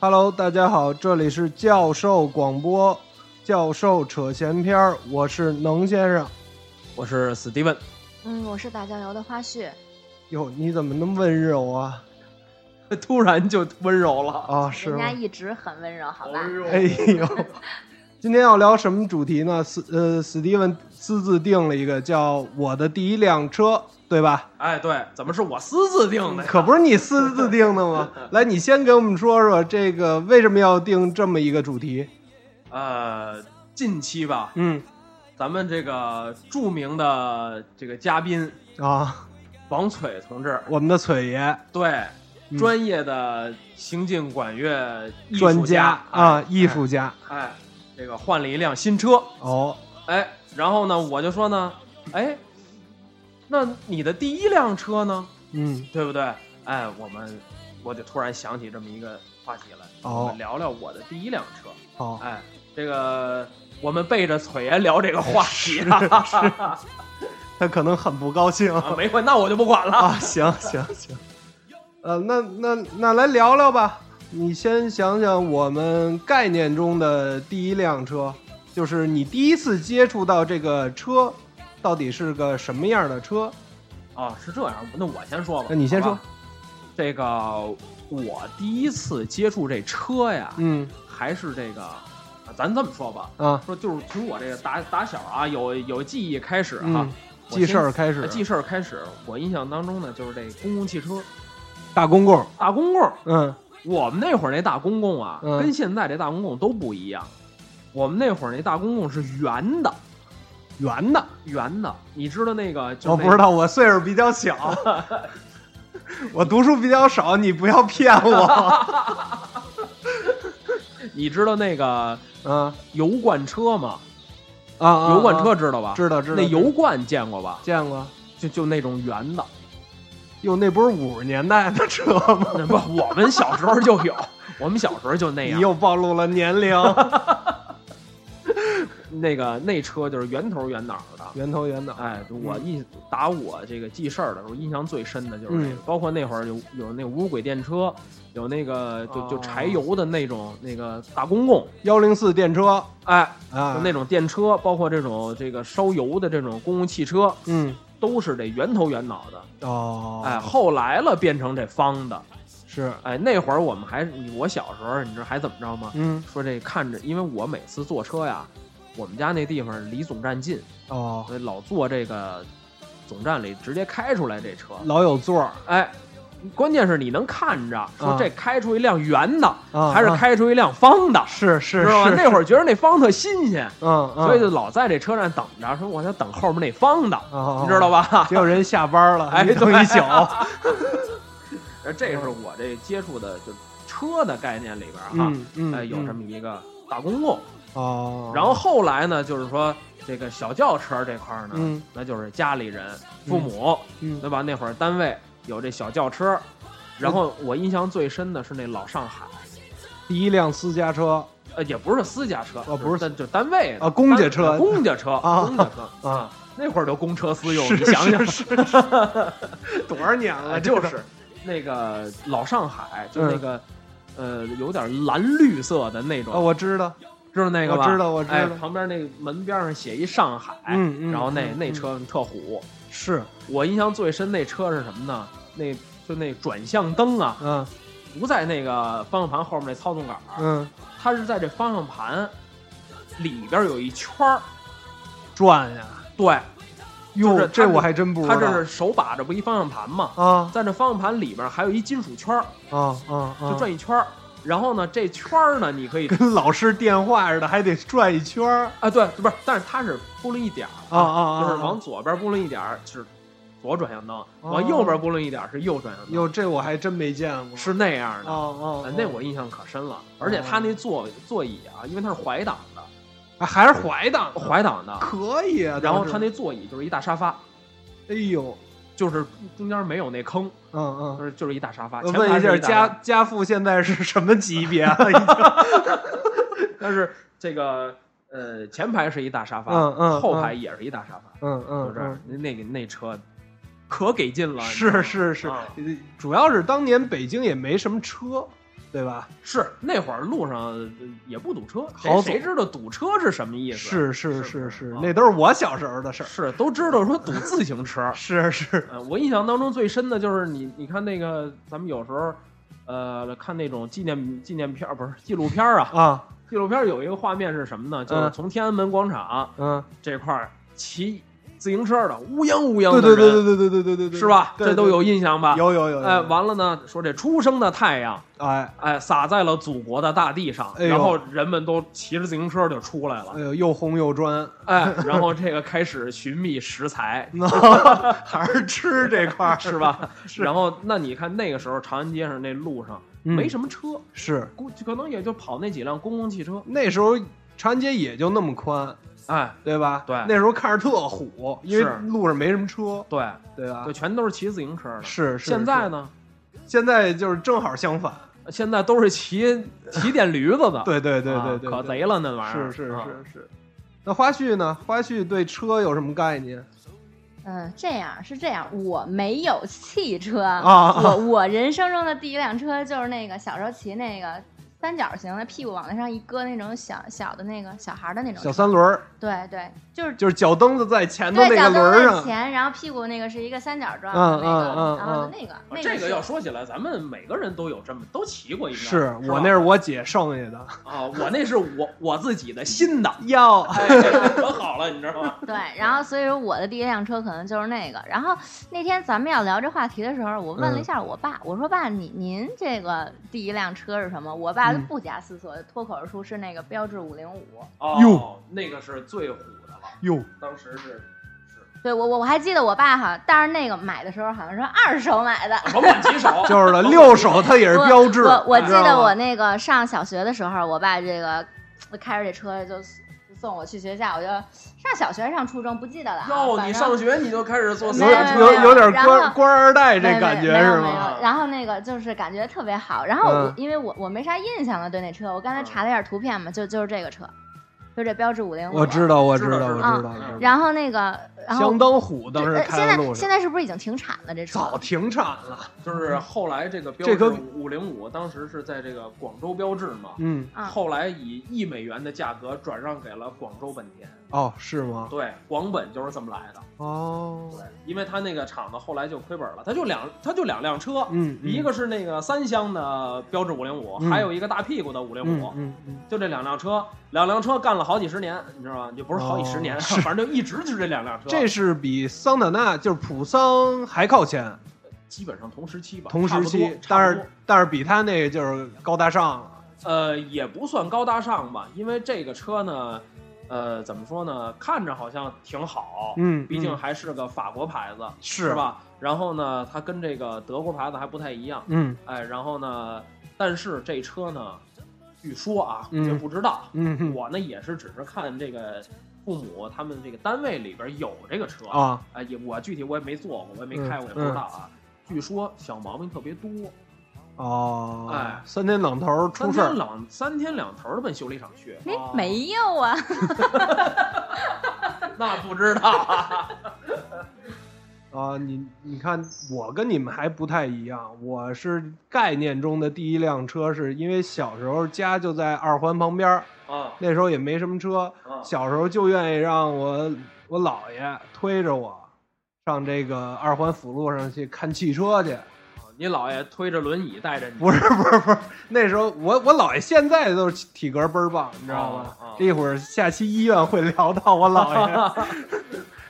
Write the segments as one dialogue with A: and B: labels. A: Hello，大家好，这里是教授广播，教授扯闲篇儿，我是能先生。
B: 我是 Steven，
C: 嗯，我是打酱油的花絮。
A: 哟，你怎么那么温柔啊？
B: 突然就温柔了。
A: 啊，是
C: 人
A: 吗
C: 家？一直很温柔，好吧？
A: 哎呦，今天要聊什么主题呢？斯呃，史蒂文私自定了一个叫《我的第一辆车》，对吧？
B: 哎，对，怎么是我私自定的呀？
A: 可不是你私自定的吗？来，你先给我们说说这个为什么要定这么一个主题？
B: 呃，近期吧，
A: 嗯，
B: 咱们这个著名的这个嘉宾
A: 啊，
B: 王璀同志，
A: 我们的崔爷
B: 对，
A: 嗯
B: 专业的行进管乐艺术
A: 专家啊，艺术家
B: 哎，哎，这个换了一辆新车，
A: 哦，
B: 哎，然后呢，我就说呢，哎，那你的第一辆车呢？
A: 嗯，
B: 对不对？哎，我们我就突然想起这么一个话题来，
A: 哦
B: 我们聊聊我的第一辆车。
A: 好，
B: 哎，这个我们背着腿爷聊这个话题啊，
A: 他可能很不高兴。
B: 啊 没关，那我就不管了。
A: 啊，行行行，呃，那那那来聊聊吧。你先想想我们概念中的第一辆车，就是你第一次接触到这个车，到底是个什么样的车？
B: 啊，是这样，那我先说吧。
A: 哎那你先说
B: 好吧。这个我第一次接触这车呀，
A: 嗯
B: 还是这个，啊咱这么说吧，
A: 啊，
B: 说就是从我这个打打小啊有有记忆开始啊
A: 嗯，，
B: 我
A: 记
B: 先啊
A: 事儿开始，
B: 记事儿开始，我印象当中呢就是这公共汽车
A: 大公共，
B: 大公共。
A: 嗯
B: 我们那会儿那大公共啊，
A: 嗯
B: 跟现在这大公共都不一样。我们那会儿那大公共是圆的，圆的，圆的。你知道那个？
A: 哦我不知。道，我岁数比较 小，我读书比较少，你不要骗 我。啊
B: 你知道那个
A: 啊
B: 油罐车吗？
A: 啊啊，
B: 油罐车
A: 啊
B: 知道吧？
A: 知道知道，
B: 那油罐见过吧？
A: 见过。
B: 就就那种圆的。
A: 哟，那不是五十年代的车吗？
B: 那不，我们小时候就有，我们小时候就那
A: 你
B: 样。
A: 又暴露了年 龄，
B: 那个那车就是圆头圆脑的。
A: 圆头圆脑。
B: 哎，我
A: 嗯
B: 印打我这个记事儿的时候，印象最深的就是这个，
A: 嗯
B: 包括那会儿有有那无轨电车，有那个就就
A: 哦
B: 柴油的那种那个大公共，
A: 幺零四电车啊
B: 哎，，就
A: 那
B: 那种电车，包括这种这个烧油的这种公共汽车，
A: 嗯
B: 都是这圆头圆脑的。
A: 哦，
B: 哎，后来了变成这方的。
A: 是
B: 哎，那会儿我们还我小时候，你知道还怎么着吗？
A: 嗯
B: 说这看着，因为我每次坐车呀，我们家那地方离总站近，
A: 哦，
B: 所以老坐这个总站里直接开出来这车。
A: 老有座儿
B: 哎，关键是你能看着，说
A: 啊
B: 这开出一辆圆的，
A: 啊
B: 还是
A: 啊
B: 开出一辆方的，
A: 是是
B: 知道吧？
A: 是，
B: 那会儿觉得那方特新鲜，
A: 嗯嗯，
B: 所以就老在这车站等着，说我想等后面那方的，
A: 哦
B: 你知道？吧？
A: 结果人下班了，
B: 哎
A: 没等
B: 对
A: 一宿。
B: 这是我这接触的就车的概念里边哈，
A: 嗯嗯，
B: 哎，有
A: 嗯
B: 这么一个大公共。
A: 哦，
B: 然后后来呢，就是说这个小轿车这块儿呢，
A: 嗯
B: 那就是家里人、父母，
A: 嗯
B: 对吧？那会儿单位有这小轿车，然
A: 嗯
B: 后我印象最深的是那老上海。
A: 第一辆私家 车
B: 呃，也不是私家车，
A: 哦不是
B: 就单就单位的
A: 啊公家车
B: 单呃公家车，
A: 啊
B: 公家车。
A: 啊，
B: 那会儿就公车私用，
A: 是
B: 你想想，
A: 是是是多少年了？
B: 哎就
A: 这
B: 是那个老上海，就
A: 嗯
B: 那个呃有点蓝绿色的那
A: 啊，
B: 种，
A: 我知道，
B: 知道那个
A: 我
B: 吧？
A: 知道我知
B: 哎
A: 道，
B: 旁边那个门边上写一上海，
A: 嗯嗯
B: 然后那
A: 嗯
B: 那
A: 嗯
B: 车特虎。
A: 是
B: 我印象最深那车是什么呢？那就那转向灯啊，
A: 嗯
B: 不在那个方向盘后面那操纵杆儿，
A: 嗯
B: 它是在这方向盘里边有一圈儿，
A: 转呀，
B: 对，就
A: 哟，
B: 是
A: 这
B: 它
A: 我还真不知
B: 它
A: 道。
B: 这是手把着不一方向盘嘛，
A: 啊
B: 在这方向盘里边还有一金属圈儿，
A: 啊啊啊！
B: 就转一圈儿。然后呢，这圈儿呢，你可以
A: 跟老师电话似的，还得转一圈儿。
B: 啊，对，不是，但是它是拨了一点儿
A: 啊啊啊！哦
B: 就是往左边拨了一点儿是左转向灯，往右边拨了一点儿是右转向灯，
A: 哟，这我还真没见过。
B: 是那样的。
A: 哦哦，
B: 呃那我印象可深了，而且它那座座椅啊，因为它是怀挡的，
A: 啊还是怀档，
B: 怀挡的，
A: 可以啊。
B: 然后
A: 倒是
B: 它那座椅就是一大沙发，
A: 哎呦，
B: 就是中间没有那坑，
A: 嗯嗯
B: 就。是就是一大沙发。前排
A: 问一
B: 是
A: 下
B: 一大
A: 家
B: 沙发，
A: 家父现在是什么级别了？已经
B: 但是这个呃前排是一大沙发，
A: 嗯嗯
B: 后排也是一大沙发，
A: 嗯
B: 就啊
A: 嗯
B: 这样
A: 嗯，，
B: 那个那车可给劲了，你知
A: 是
B: 道吗
A: 是是
B: 啊，
A: 主要是当年北京也没什么车，对吧？
B: 是那会儿路上呃也不堵车，谁
A: 好走
B: 谁知道堵车是什么意思？
A: 是是是
B: 是是
A: 是
B: 啊，
A: 那都是我小时候的事儿。，
B: 是都知道说堵自行车
A: 是是，
B: 呃，我印象当中最深的就是你，你看那个咱们有时候，呃，看那种纪念纪念片儿不是纪录片儿啊，
A: 啊，
B: 纪录片儿有一个画面是什么呢？就是
A: 嗯
B: 从天安门广场
A: 嗯，
B: 这块儿骑自行车的乌泱乌泱
A: 对对
B: 的人，
A: 对对对对对对对对，
B: 是吧？
A: 对
B: 这都有印象吧？
A: 对。有有有，有
B: 哎，完了呢，说这初升的太阳，
A: 哎
B: 哎，洒在了祖国的大地上，
A: 哎呦
B: 然后人们都骑着自行车就出来了
A: 哎，呦，又红又 专，
B: 哎，然后这个开始寻觅食材，
A: 还是吃这块儿
B: 是？吧？ 然后那你看那个时候长安街上那路上
A: 嗯
B: 没什么车，
A: 是
B: 估计可能也就跑那几辆公共汽车。
A: 那时候长安街也就那么宽，
B: 哎，
A: 对吧？
B: 对
A: 那时候看着特虎，因为
B: 是
A: 路上没什么车，
B: 对，
A: 对吧
B: 就？全都是骑自行车的。
A: 啊是是。
B: 现在
A: 是
B: 呢，啊
A: 现在就是正好相反，
B: 现在都是骑骑电驴子的。
A: 对对对
B: 啊
A: 对对，
B: 可
A: 对
B: 贼了那玩意
A: 是
B: 儿。
A: 是
B: 啊
A: 是是。那花絮呢？花絮对车有什么概念？
C: 嗯，这样是这样，我没有汽车，
A: 啊
C: 我我人生中的第一辆车就是那个小时候骑那个三角形的，屁股往那上一搁那种小小的那个小孩儿的那种
A: 小
C: 车
A: 三轮儿，
C: 对对，就是
A: 就是脚蹬子在前头
C: 对
A: 那
C: 脚
A: 个
C: 蹬
A: 轮儿
C: 在
A: 上，
C: 前，然后屁股那个是一个三角状
A: 嗯嗯嗯
C: 的那个，然后
A: 嗯
C: 那个
B: 啊
C: 那
B: 这个
C: 是
B: 要说起来，咱们每个人都有这么都骑过一辆。
A: 是
B: 吧
A: 我那是我姐剩下的。
B: 啊，我那是我我自己的新的，
A: 要
B: 哎，这可好了，你知道吗？
C: 对，然后所以说我的第一辆车可能就是那个。然后那天咱们要聊这话题的时候，我
A: 嗯
C: 问了一下我爸，我说爸，你您这个第一辆车是什么？我
A: 嗯
C: 爸不假思索的脱口而出是那个标致五零五。
B: 哦
A: 哟，
B: 那个是最虎的了，
A: 哟，
B: 当时是
C: 对我我我还记得我爸哈，但是那个买的时候好像是二手买的。
B: 甭管 几手，
A: 就是了，六手它也是
C: 我
A: 标志。
C: 我我
A: 你
C: 记
A: 知道
C: 得
A: 吗
C: 我那个上小学的时候，我爸这个开着这车就送我去学校，我就上小学上初中不记得了啊。
B: 哟，
C: 反
B: 你
C: 正
B: 上学你就开始做私
C: 没
B: 家
C: 没
B: 车
C: 没
A: 有有有点
C: 然
A: 官
C: 后
A: 官二代这
C: 没
A: 感觉
C: 没没有
A: 是
C: 没
A: 吗？
C: 有然后那个就是感觉特别好。然后我、
A: 嗯
C: 因为我我没啥印象了，对那车，我刚才
B: 嗯
C: 查了一下图片嘛，就就是这个车，就这标致五零五。
A: 我知。道，我知
B: 知道
A: 道，我
B: 知
A: 知
C: 道
A: 道，我
B: 嗯
A: 知道。
C: 然后那个，啊然后
A: 相当虎当时
C: 呃
A: 开
C: 现
A: 在路
C: 在
A: 上，
C: 现在是不是已经停产了？这车
A: 早停产了。
B: 就是后来这个标
A: 这
B: 志
A: 跟
B: 五零五，当时是在这个广州标志嘛，
A: 嗯，
C: 啊，
B: 后来以一美元的价格转让给了广州本田，
A: 哦，是吗？
B: 对，广本就是这么来的，
A: 哦，
B: 因为他那个厂子后来就亏本了，他就两他就两辆车，
A: 嗯，嗯
B: 一个是那个三厢的标致五零五，
A: 嗯
B: 还有一个大屁股的五零
A: 嗯
B: 五。
A: 嗯嗯，
B: 就这两辆车，两辆车干了好几十年，你知道吗？就不是好几十年，
A: 哦是
B: 反正就一直就这两辆车，
A: 这是比桑塔纳就是普桑还靠前，
B: 基本上同时期吧，
A: 同时
B: 差不
A: 期
B: 多，
A: 但
B: 差不
A: 是但是比他那个就是高大上了。
B: 多呃也不算高大上吧，因为这个车呢，呃怎么说呢，看着好像挺好，
A: 嗯，
B: 毕竟
A: 嗯
B: 还是个法国牌子，
A: 是？
B: 吧？然后呢，它跟这个德国牌子还不太一样，
A: 嗯
B: 哎，然后呢，但是这车呢，据说啊，
A: 嗯
B: 也不知道，
A: 嗯嗯
B: 我呢也是只是看这个父母他们这个单位里边有这个车，
A: 啊，
B: 哎，也我具体我也没坐过，我也没
A: 嗯
B: 开过，也不知道啊。据说小毛病特别多，
A: 哦，
B: 哎
A: 三天两头
B: 三
A: 出事
B: 天
A: 儿，
B: 两三天两头的奔修理厂去，
C: 哎，没有啊，
B: 那不知道啊。
A: 啊，你你看，我跟你们还不太一样，我是概念中的第一辆车，是因为小时候家就在二环旁边儿，
B: 啊
A: 那时候也没什么车，
B: 啊
A: 小时候就愿意让我我姥爷推着我上这个二环辅路上去看汽车去。
B: 你姥爷推着轮椅带着你，
A: 不是不是不是，那时候我我姥爷现在都是体格倍儿棒，你知道吗？
B: 哦哦
A: 这一会儿下期医院会聊到我姥爷。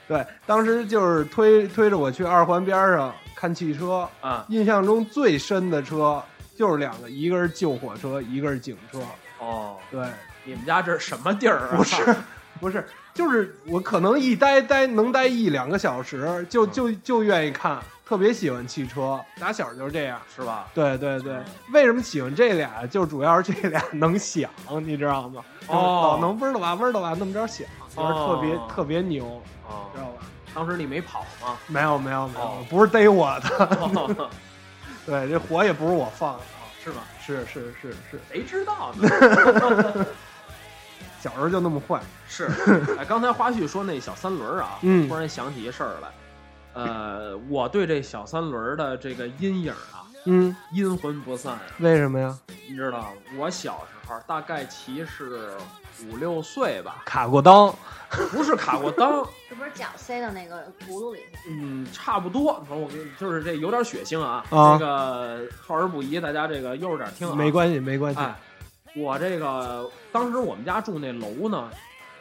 A: 对，当时就是推推着我去二环边上看汽车，
B: 啊
A: 印象中最深的车就是两个，一个是救火车，一个是警车。
B: 哦，
A: 对，
B: 你们家这是什么地儿啊？
A: 不是，不是，就是我可能一待待能待一两个小时，就
B: 嗯
A: 就就愿意看，特别喜欢汽车，打小就是这样。
B: 是吧？
A: 对对
B: 嗯
A: 对，为什么喜欢这俩？就主要是这俩能响，你知道吗？就是老
B: 哦
A: 能嗡的哇嗡的哇那么着响，就是特别、
B: 哦
A: 特别牛，知道
B: 哦，
A: 吧？
B: 当时你没跑吗？
A: 没有没有没有，
B: 哦
A: 不是逮我的，
B: 哦
A: 对，这火也不是我放的，
B: 是吗？
A: 是是是是，
B: 谁知道呢？
A: 小时候就那么坏。
B: 是，哎，刚才花絮说那小三轮儿啊，
A: 嗯
B: 突然想起一事儿来，呃，我对这小三轮儿的这个阴影啊，
A: 嗯，
B: 阴魂不散啊，
A: 为什么呀？
B: 你知道吗，我小时候大概其是五六岁吧，
A: 卡过裆，
B: 不是卡过裆，
C: 是不是脚塞到那个轱辘里去？
B: 嗯，差不多，反正我跟你就是这有点血腥啊，
A: 啊
B: 这个少儿不宜，大家这个悠着点听啊，
A: 没关系没关系。
B: 哎，我这个当时我们家住那楼呢，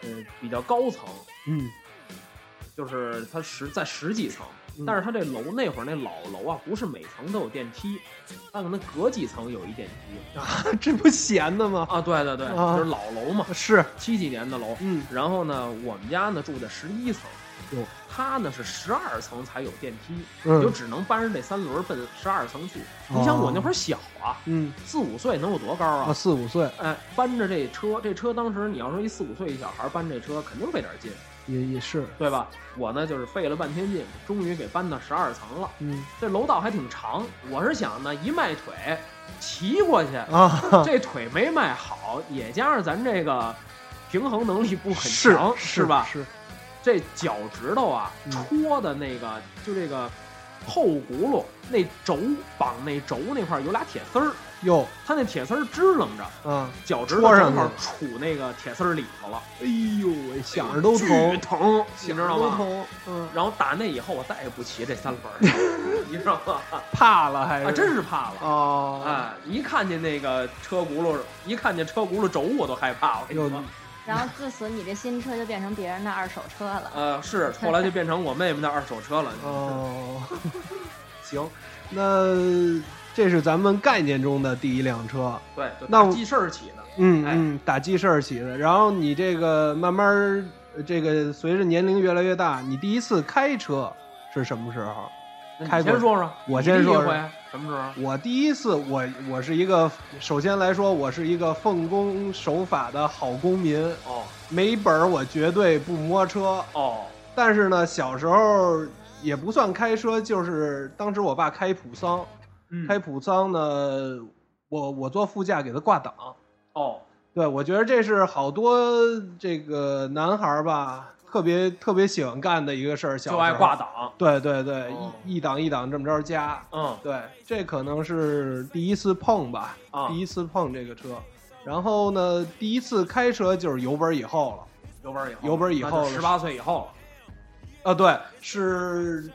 B: 嗯，比较高层，
A: 嗯
B: 就是它十在十几层
A: 嗯，
B: 但是它这楼那会儿那老楼啊，不是每层都有电梯，它可能隔几层有一电梯
A: 这不闲的吗？
B: 啊。对对对，
A: 啊
B: 就是老楼嘛，
A: 是，
B: 七几年的楼。
A: 嗯，
B: 然后呢，我们家呢住在十一层
A: 哟，
B: 他呢是十二层才有电梯，
A: 嗯
B: 就只能搬着那三轮奔十二层去。
A: 哦
B: 你想我那会儿小啊，
A: 嗯，
B: 四五岁能有多高
A: 啊，
B: 啊？
A: 四五岁
B: 哎，搬着这车，这车当时你要说一四五岁一小孩搬这车，肯定费点劲，
A: 也也是，
B: 对吧？我呢就是费了半天劲，终于给搬到十二层了。
A: 嗯
B: 这楼道还挺长，我是想呢一迈腿骑过去，
A: 啊，
B: 这腿没迈好，也加上咱这个平衡能力不很
A: 是
B: 强，
A: 是
B: 吧？
A: 是，
B: 这脚趾头啊
A: 嗯
B: 戳的那个，就这个后轱辘那轴绑那轴那块儿有俩铁丝儿，
A: 哟
B: 它那铁丝儿支棱着，
A: 啊，
B: 脚趾头
A: 戳上
B: 正好
A: 去
B: 杵那个铁丝儿里头了，
A: 哎呦喂，想着都
B: 巨
A: 疼，
B: 疼，你
A: 想
B: 知
A: 着
B: 道
A: 都
B: 吗？
A: 疼，嗯，
B: 然后打那以后，我再也不骑这三轮儿 了，你知道吗？
A: 怕了还是？
B: 啊，真是怕了。
A: 哦，
B: 啊！一看见那个车轱辘，一看见车轱辘轴，我都害怕。我跟你说
A: 哟，
C: 然后自此你这新车就变成别人的二手车了。
B: 呃，是后来就变成我妹妹的二手车了。
A: 哦，行， 那这是咱们概念中的第一辆车，
B: 对，就
A: 那
B: 打
A: 我
B: 记事儿起的。
A: 嗯
B: 哎
A: 嗯，打记事儿起的。然后你这个慢慢儿，呃这个随着年龄越来越大，你第一次开车是什么时候？
B: 那
A: 开
B: 你
A: 过
B: 先说说，
A: 我先说
B: 第一
A: 说
B: 回啊什么时候？
A: 我第一次，我我是一个，首先来说，我是一个奉公守法的好公民，
B: 哦
A: 没本儿我绝对不摸车。
B: 哦
A: 但是呢，小时候也不算开车，就是当时我爸开普桑，
B: 嗯
A: 开普桑呢，我我坐副驾给他挂档。
B: 哦
A: 对，我觉得这是好多这个男孩儿吧，特别特别喜欢干的一个事儿，小
B: 就爱
A: 时候
B: 挂。档。
A: 对对对，
B: 哦
A: 一一档一档这么着加。
B: 嗯
A: 对，这可能是第一次碰吧，
B: 啊
A: 第一次碰这个车。然后呢，第一次开车就是有本儿以后了。
B: 有本儿以后，
A: 有本儿以后了
B: 十八岁以后了。
A: 啊，对，是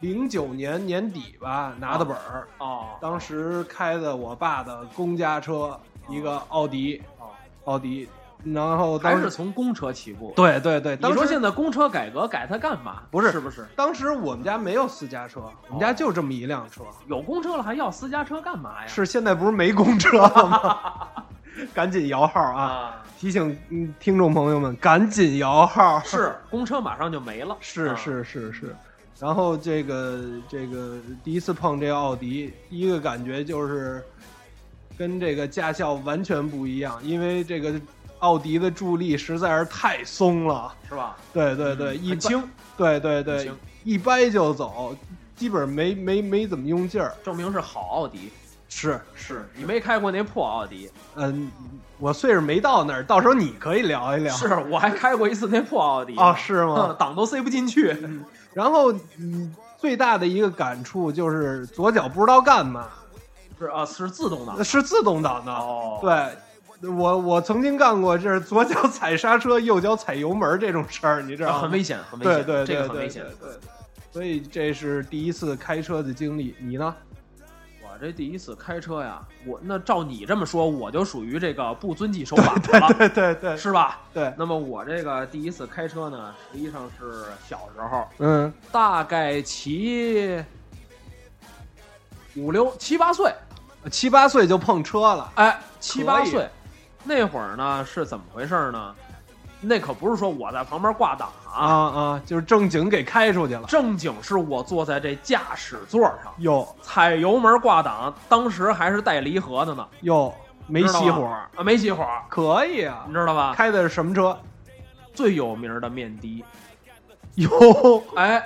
A: 零九年年底吧拿的本儿，
B: 哦，
A: 当时开的我爸的公家车，一个奥迪，
B: 哦
A: 奥迪。然后
B: 还
A: 当
B: 是
A: 时
B: 从公车起步。
A: 对对对，
B: 你
A: 当
B: 说
A: 时
B: 现在公车改革改它干嘛？
A: 不是
B: 是不是？
A: 当时我们家没有私家车，我们家就这么一辆车。
B: 有公车了还要私家车干嘛呀？
A: 是现在不是没公车了吗？ 赶紧摇号啊！
B: 啊，
A: 提醒嗯听众朋友们，赶紧摇号。
B: 是公车马上就没了。
A: 是
B: 啊
A: 是是是。然后这个这个第一次碰这个奥迪，第一个感觉就是跟这个驾校完全不一样，因为这个奥迪的助力实在是太松了。
B: 是吧？
A: 对对对，一
B: 嗯很
A: 掰，
B: 轻，
A: 对对
B: 很
A: 对
B: 轻，
A: 一掰就走，基本没没没怎么用劲儿。
B: 证明是好奥迪。
A: 是，
B: 是你没开过那破奥迪，
A: 嗯，我岁数没到那儿，到时候你可以聊一聊。
B: 是我还开过一次那破奥迪
A: 啊，是
B: 嗯
A: 吗？
B: 档都塞不进去。
A: 然后嗯，最大的一个感触就是左脚不知道干嘛，
B: 是啊，是自动挡。
A: 是自动挡的。
B: 哦，
A: 对，我我曾经干过，就是左脚踩刹车，右脚踩油门这种事儿，你知
B: 啊
A: 道
B: 很
A: 吗？
B: 危险，很危
A: 对
B: 险，
A: 对
B: 这
A: 对
B: 个很
A: 对
B: 危
A: 对
B: 险。
A: 对。所以这是第一次开车的经历，你 呢？
B: 我这第一次开车呀，我那照你这么说，我就属于这个不遵纪守法的了，
A: 对对对
B: 是吧？
A: 对，
B: 那么我这个第一次开车呢，实际上是小时候，
A: 嗯，
B: 大概骑五六七八岁，
A: 七八岁就碰车了，
B: 哎，七八
A: 可
B: 岁那会儿呢是怎么回事呢？那可不是说我在旁边挂档
A: 啊
B: 啊，
A: 啊，就是正经给开出去了。
B: 正经是我坐在这驾驶座上，
A: 哟
B: 踩油门挂档，当时还是带离合的呢，
A: 哟，没
B: 知道嗯
A: 熄
B: 吗
A: 火，
B: 啊，没熄火，
A: 可以啊
B: 你。知道吧？
A: 开的是什么车？
B: 最有名的面的，
A: 哟，
B: 哎，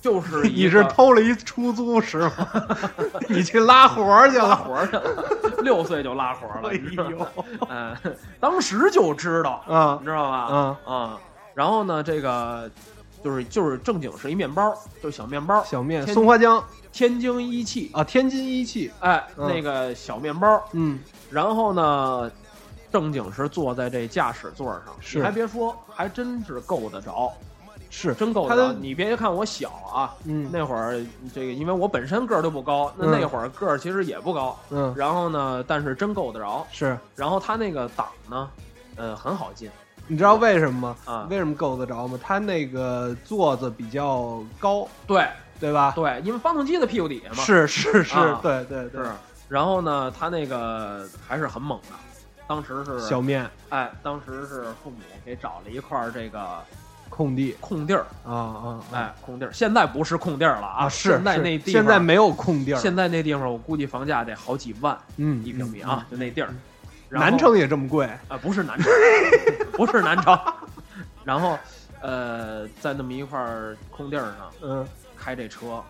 B: 就是
A: 你
B: 一
A: 是
B: 个
A: 偷了一出租是吗？ 你去拉活儿去
B: 拉
A: 了？
B: 活儿去了，六岁就拉活儿了，
A: 哎
B: 你知道吗
A: 呦，
B: 嗯，当时就知道，
A: 啊
B: 你知道吧？
A: 啊，
B: 啊，然后呢，这个就是就是正经是一面包，就是小面包，
A: 小面
B: 天
A: 松花江
B: 天津一汽，
A: 啊，天津一汽，
B: 哎，
A: 嗯
B: 那个小面包。
A: 嗯，
B: 然后呢，正经是坐在这驾驶座上，
A: 是
B: 你还别说，还真是够得着，
A: 是，
B: 真够
A: 他
B: 得着。
A: 的
B: 你别看我小啊，
A: 嗯
B: 那会儿这个因为我本身个儿就不高，那
A: 嗯
B: 那会儿个儿其实也不高。
A: 嗯
B: 然后呢，但是真够得着。
A: 是，
B: 然后他那个档呢，呃，很好进
A: 你知道为什么吗
B: 啊？
A: 为什么够得着吗？它那个座子比较高，
B: 对
A: 对吧？
B: 对，因为发动机的屁股底下嘛。
A: 是是是
B: 啊，
A: 对对对
B: 是，。然后呢，他那个还是很猛的，当时是
A: 小面
B: 哎，当时是父母给找了一块儿这个
A: 空地
B: 空地儿，
A: 啊啊啊
B: 哎，空地儿，现在不是空地儿了啊，
A: 啊！是，
B: 现在
A: 是
B: 那地方
A: 现在没有空地儿，
B: 现在那地方我估计房价得好几万
A: 嗯
B: 一平米啊，，就那地儿。
A: 嗯
B: 然后
A: 南城也这么贵，
B: 啊，不是南城， 不是南城。 然后，呃，在那么一块儿空地儿上
A: 嗯
B: 开这车，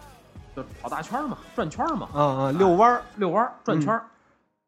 B: 就跑大圈儿嘛，转圈儿嘛，
A: 啊啊，遛弯儿
B: 遛弯儿转圈儿，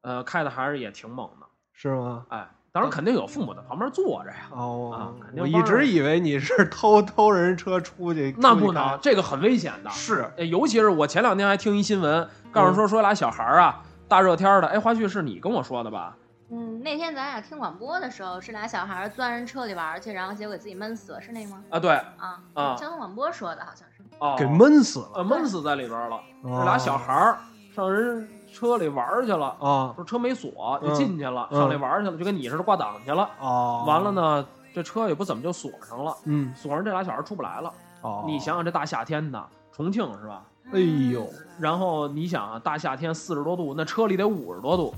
A: 嗯
B: 呃，开的还是也挺猛的。
A: 是吗？
B: 哎，当
A: 嗯
B: 然肯定有父母在旁边坐着呀，
A: 哦
B: 啊，肯定
A: 我一
B: 弯儿
A: 直以为你是偷 偷人车出去，
B: 那
A: 出去
B: 不能，
A: 开
B: 啊这个很危险的。
A: 是
B: 哎，尤其是我前两天还听一新闻，告诉
A: 嗯
B: 说说俩小孩儿啊，大热天儿的，哎，花絮是你跟我说的吧？
C: 嗯，那天咱俩听广播的时候，是俩小孩儿钻人车里玩儿去，然后结果给自己闷死了，是那吗？
B: 啊，对，
C: 啊，
B: 啊
C: 交通广播说的好像是。
B: 哦，
A: 给，闷死了
B: 呃，闷死在里边儿了。
A: 哦
B: 这俩小孩儿上人车里玩儿去了，
A: 啊
B: 说车没锁
A: 嗯
B: 就进去了，
A: 嗯
B: 上里玩儿去了，就跟你似的挂档去了。
A: 哦，
B: 完了，呢，这车也不怎么就锁上了，
A: 嗯，
B: 锁上这俩小孩儿出不来了。
A: 哦，
B: 你想想这大夏天的重庆是吧？
A: 哎呦，
B: 然后你想啊，大夏天四十多度，那车里得五十多度，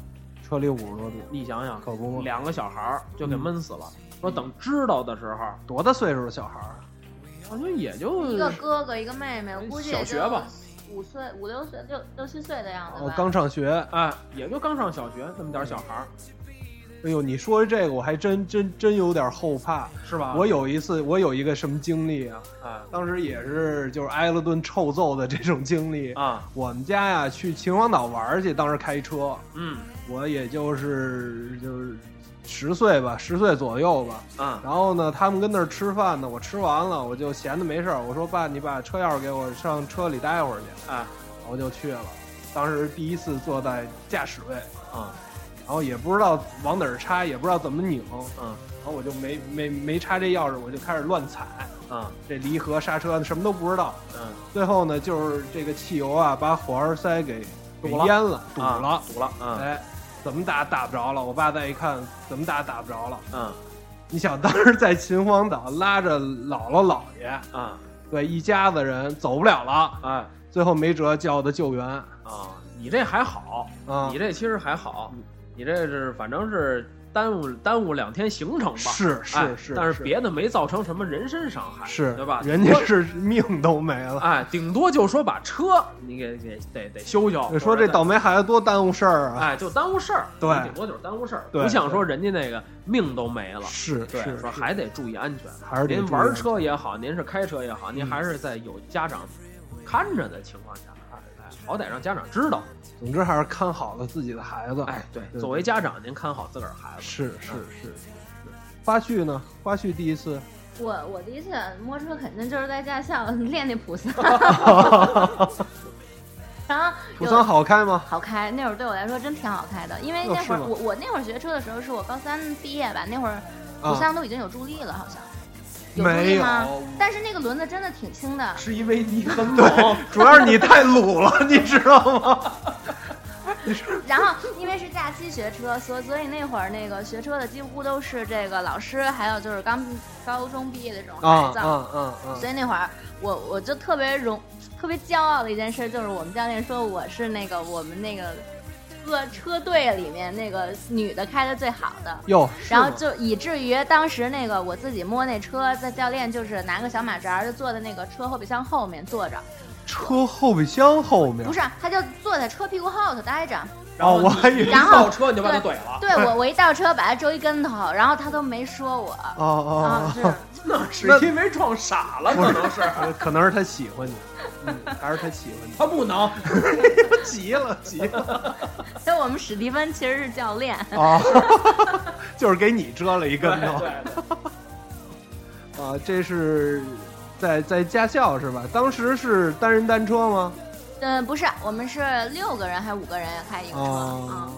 A: 车里五十多度，
B: 你想想，
A: 可不嗯嘛，
B: 两个小孩儿就给闷死了。说等知道的时候，
A: 多大岁数的小孩儿啊？
B: 好像也就
C: 一
A: 嗯
C: 个哥哥，一个妹妹，我估计也
B: 哎小学吧，
C: 五岁、五六岁、六六七岁的样子
A: 哦
C: 吧。，
A: 刚上学，
B: 哎，也就刚上小学那么点儿小孩儿，
A: 哎呦，你说这个我还真真真有点后怕。
B: 是吧？
A: 我有一次，我有一个什么经历啊？
B: 哎
A: 当时也是就是挨了顿臭揍的这种经历。
B: 啊，
A: 我们家呀去秦皇岛玩儿去，当时开车，
B: 嗯
A: 我也就是就是十岁吧，十岁左右吧。
B: 啊
A: 然后呢，他们跟那儿吃饭呢，我吃完了，我就闲的没事儿，我说爸，你把车钥匙给我，上车里待会儿去。
B: 啊
A: 我就去了，当时第一次坐在驾驶位，
B: 啊
A: 然后也不知道往哪儿插，也不知道怎么拧，
B: 啊
A: 然后我就没没没插这钥匙，我就开始乱踩，
B: 啊
A: 这离合、刹车什么都不知道。
B: 嗯，
A: 最后呢，就是这个汽油啊，把火花塞给给
B: 堵了
A: 淹了，堵
B: 啊
A: 了，
B: 堵了，嗯
A: 哎，怎么打打不着了。我爸再一看，怎么打打不着了。
B: 嗯
A: 你想，当时在秦皇岛拉着姥姥姥爷，
B: 啊
A: 对一家子人走不了了，
B: 哎
A: 最后没辙叫的救援啊，
B: 啊，你这还好，你这其实还好，
A: 嗯
B: 你这是反正是耽误耽误两天行程吧。
A: 是
B: 哎
A: 是是，
B: 但是别的没造成什么人身伤害，
A: 是
B: 对吧？
A: 人家是命都没 了。
B: 哎，顶多就说把车你给给得得修修。
A: 说这倒霉孩子多耽误事儿啊！
B: 哎，就耽误事儿，
A: 对
B: 顶多就是耽误事儿，
A: 对
B: 不像说人家那个命都没了。
A: 是
B: 对，
A: 是
B: 说
A: 是
B: 还得注意安全。
A: 还是得
B: 您
A: 注意
B: 玩
A: 安嗯
B: 车也好，您是开车也好，您还是在有家长看着的情况下，哎，好歹让家长知道。
A: 全，总之还是看好了自己的孩子。
B: 哎，对，
A: 对
B: 作为家长，您看好自个儿孩子。
A: 是是是是。花絮呢？花絮第一 次，
C: 我我第一次摸车肯定就是在驾校 练那 普桑，然后
A: 普
C: 有
A: 桑好开 吗？
C: 好开，那会儿对我来说真挺好开的，因为
A: 哦
C: 那会儿
A: 是吗
C: 我我那会儿学车的时候是我高三毕业吧，那会儿
A: 啊
C: 普桑都已经有助力了，好像有助
A: 没
C: 力
A: 有，
C: 吗？但是那个轮子真的挺轻的，
B: 是因为你很懂，
A: 主要是你太鲁了，你知道吗？
C: 然后因为是假期学车，所所以那会儿那个学车的几乎都是这个老师，还有就是刚高中毕业的这种孩子，
A: 啊啊！
C: 所以那会儿我我就特别荣特别骄傲的一件事，就是我们教练说我是那个我们那个各车队里面那个女的开的最好的。
A: 哟，是
C: 然后
A: 吗
C: 就以至于当时那个我自己摸那车，在教练就是拿个小马扎儿就坐在那个车后备箱后面坐着，
A: 车后备箱后面
C: 不是，啊他就坐在车屁股后头待着。
B: 然后
A: 哦我还以
B: 你
A: 为
B: 一
C: 然后
B: 倒车你就把他怼了，
C: 对我，我一倒车把他周一跟头，然后他都没说我。
A: 哦
C: 啊
A: 哦，
C: 是
A: 哦，
B: 那是
A: 那
B: 因为撞傻了，可能是
A: 呃可能是他喜欢你，嗯，还是他喜 欢你。
B: 他不能。
A: 急了，急了
C: 所以我们史蒂芬其实是教练，
A: 啊！就是给你折了一
B: 对
A: 跟头
B: 嗯对 对
A: 啊！这是在在驾校是吧？当时是单人单车吗？
C: 嗯，不是，我们是六个人还是五个人开一个车啊
B: 嗯
A: 啊？，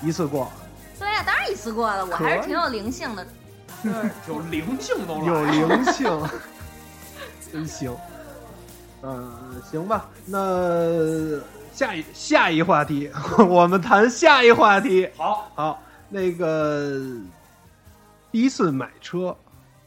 A: 一次过，
C: 对呀、当然一次过了，我
A: 可
C: 还是挺有灵性的。
B: 就是有灵性都来
A: 有
B: 了。
A: 灵 性，真行。嗯，行吧，那下一下一话题， 我们谈下一话题。
B: 好，
A: 好，那个第一次买车，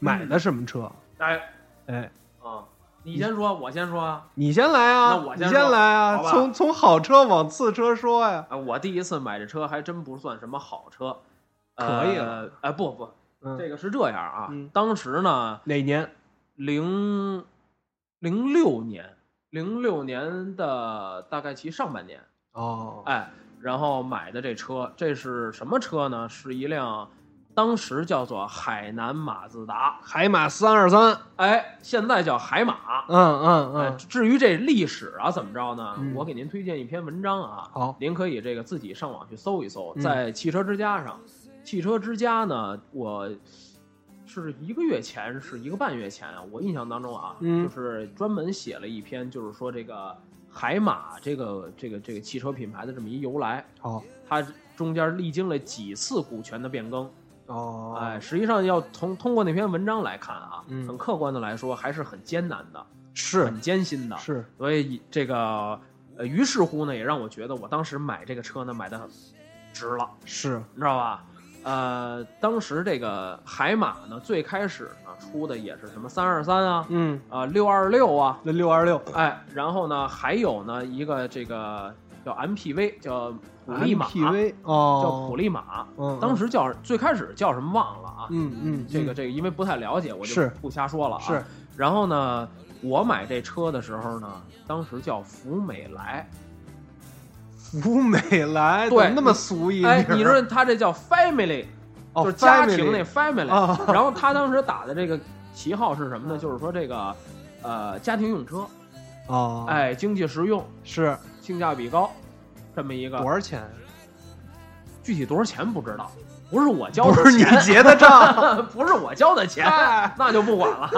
A: 买
B: 嗯
A: 的什么车？
B: 哎，
A: 哎，
B: 嗯，你先说，我先说啊。
A: 你先来啊，
B: 那我先
A: 你
B: 说
A: 先来啊
B: 好，吧
A: 从从好车往次车说呀。
B: 啊，我第一次买这车还真不算什么好车，
A: 可以
B: 了。哎，不不，
A: 嗯，
B: 这个是这样啊
A: 嗯，
B: 当时呢，
A: 哪年？
B: 零零六年，零六年的大概其上半年，
A: 哦，
B: 哎，然后买的这车，这是什么车呢？是一辆当时叫做海南马自达，
A: 海马三二三。
B: 哎，现在叫海马。
A: 嗯嗯
B: 哎
A: 嗯，
B: 至于这历史啊怎么着呢？
A: 嗯
B: 我给您推荐一篇文章啊，
A: 好
B: 您可以这个自己上网去搜一搜，
A: 嗯
B: 在汽车之家上。汽车之家呢，我是一个月前，是一个半月前啊，我印象当中啊，
A: 嗯
B: 就是专门写了一篇，就是说这个海马这个这个这个汽车品牌的这么一由来，
A: 好。
B: 它中间历经了几次股权的变更。
A: 哦，
B: 哎，，实际上要从通过那篇文章来看啊，
A: 嗯
B: 很客观的来说，还是很艰难的，
A: 是
B: 很艰辛的。
A: 是，
B: 所以这个呃，于是乎呢，也让我觉得我当时买这个车呢，买的值了，
A: 是，
B: 你知道吧？呃，当时这个海马呢，最开始呢出的也是什么三二三啊，
A: 嗯，
B: 啊六二六啊，
A: 那六二六
B: 哎，然后呢还有呢一个这个叫 MPV，叫普利马
A: PV 哦，
B: 叫普利马，
A: 嗯，嗯，
B: 当时叫最开始叫什么忘了啊，
A: 嗯嗯，
B: 这
A: 嗯
B: 个这个因为不太了解，我就是不瞎说了啊。
A: 是，
B: 然后呢，我买这车的时候呢，当时叫福美来，
A: 福美来，
B: 对
A: 怎么那么俗一名儿？啊
B: 哎，你说它这叫 family，、
A: 哦
B: 就是家庭那
A: family
B: family、哦
A: 啊
B: 然后他当时打的这个旗号是什么呢？就是说这个，呃，家庭用车，
A: 哦，，
B: 哎，经济实用，
A: 是
B: 性价比高，这么一
A: 多
B: 个。
A: 少钱？
B: 具体多少钱不知道，不是我交
A: 不
B: 的
A: 是你
B: 钱，
A: 结的账，
B: 不是我交的钱，
A: 哎
B: 那就不管了。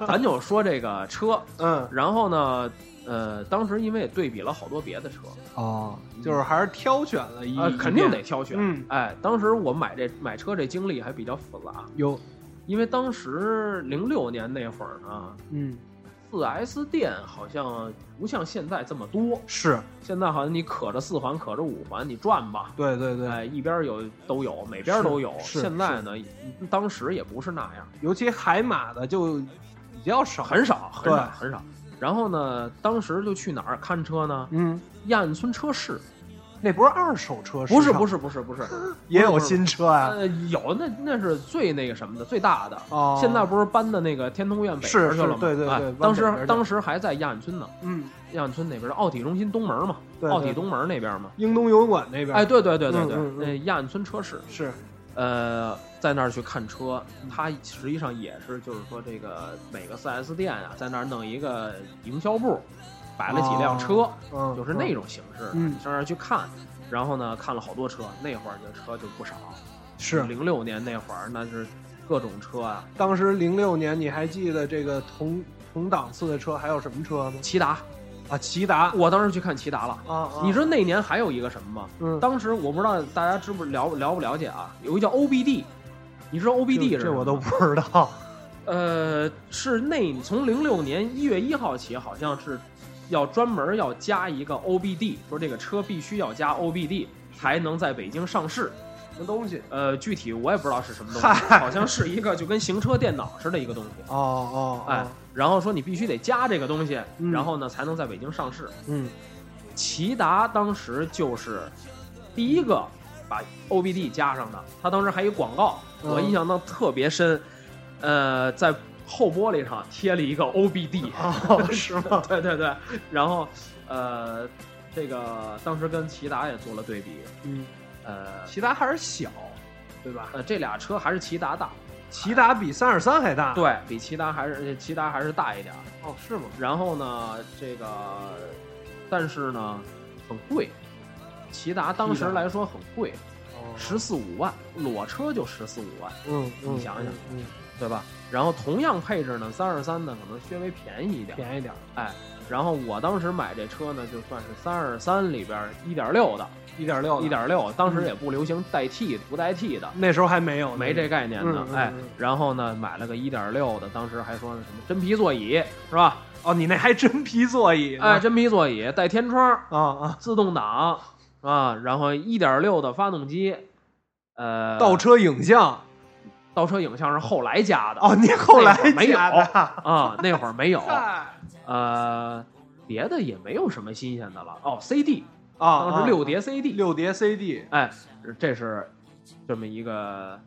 B: 哎咱就说这个车，
A: 嗯，
B: 然后呢，呃，当时因为也对比了好多别的车，
A: 哦，就是还是挑选了一
B: 呃，，啊肯定得挑选。
A: 嗯
B: 哎，当时我买这买车这经历还比较复杂，
A: 有，
B: 因为当时零六年那会儿呢，
A: 嗯，
B: 四 S 店好像不像现在这么多，
A: 是
B: 现在好像你可着四环，可着五环，你转吧。
A: 对对对，
B: 哎，一边有都有，每边都有。
A: 是是
B: 现在呢，当时也不是那样，
A: 尤其海马的就比较少，
B: 很少，很少，
A: 对
B: 很少。然后呢，当时就去哪儿看车呢？
A: 嗯，
B: 亚运村车市，
A: 那不是二手车，
B: 不是，不
A: 是，
B: 是，不是， 不是，
A: 啊也有
B: 不是
A: 新车啊，
B: 呃，有那那是最那个什么的，最大的。
A: 哦，
B: 现在不是搬到那个天通苑北边
A: 是
B: 去了吗？
A: 是对对对
B: 哎
A: 搬
B: 当
A: 北边去
B: 时
A: 了
B: 当时还在亚运村呢，
A: 嗯，
B: 亚运村那边的奥体中心东门嘛，
A: 对
B: 奥体
A: 对
B: 东门那边嘛。
A: 英东游泳馆那边，
B: 哎，，对对对对
A: 嗯
B: 对，
A: 嗯嗯
B: 那亚运村车市，
A: 是，
B: 呃，在那儿去看车，他实际上也是就是说这个每个 4S 店啊，在那儿弄一个营销部，摆了几辆车，
A: 嗯，
B: 就是那种形式的，
A: 嗯
B: 你上那儿去看。然后呢，看了好多车，那会儿这车就不少。
A: 是
B: 零六年那会儿，那是各种车啊，
A: 当时零六年，你还记得这个同同档次的车还有什么车吗？
B: 骐达，
A: 啊，骐达
B: 我当时去看骐达了。
A: 啊，
B: 你知道那年还有一个什么吗？
A: 嗯
B: 当时我不知道大家知不了了不了解啊，有一个叫 OBD，你知道 OBD 是
A: 这
B: 什
A: 这
B: 么
A: 我
B: 吗
A: 都不知道。
B: 呃是那从零六年一月一号起，好像是要专门要加一个 OBD，说这个车必须要加 OBD 才能在北京上市。
A: 什么东西？
B: 呃，具体我也不知道是什么东西，好像是一个就跟行车电脑似的一个东西。
A: 哦哦，哦
B: 哎，，然后说你必须得加这个东西，
A: 嗯
B: 然后呢才能在北京上市。
A: 嗯，
B: 骐达当时就是第一个把 OBD 加上的。他当时还有广告，
A: 嗯
B: 我印象当特别深，呃，在后玻璃上贴了一个 OBD，、
A: 哦，是吗？
B: 对对对，然后呃，这个当时跟骐达也做了对比，
A: 嗯，
B: 呃
A: 骐达还是小，对吧？
B: 呃，这俩车还是骐达大，
A: 骐达比三二三还大。，
B: 对比骐达还是骐达还是大一点儿。
A: 哦，是吗？
B: 然后呢，这个，但是呢，很贵，骐达当时来说很贵，
A: 哦
B: 十四五万，裸车就十四五万，
A: 嗯，嗯
B: 你想想，
A: 嗯，
B: 对吧？然后同样配置呢，三二三呢可能稍微便宜一点，
A: 便宜点儿，
B: 哎，然后我当时买这车呢，就算是三二三里边一点六的，
A: 一点六，
B: 一，点六，当时
A: 嗯
B: 也不流行代替不代替的，
A: 那时候还没有呢，
B: 没这概念的
A: 嗯，嗯
B: 哎
A: 嗯，
B: 然后呢买了个一点六的，当时还说什么真皮座椅是吧？
A: 哦，你那还真皮座椅呢，
B: 哎，真皮座椅带天窗，
A: 啊啊，
B: 自动挡啊，然后一点六的发动机，呃，
A: 倒车影像，
B: 倒车影像是后来加的
A: 哦，你后来
B: 那会儿没有
A: 加的，
B: 啊，那会 儿没有，
A: 嗨
B: 呃，别的也没有什么新鲜的了。哦，CD，
A: 啊，
B: 当时六
A: 啊
B: 碟 CD，、
A: 六碟 CD，
B: 哎，这是这么一个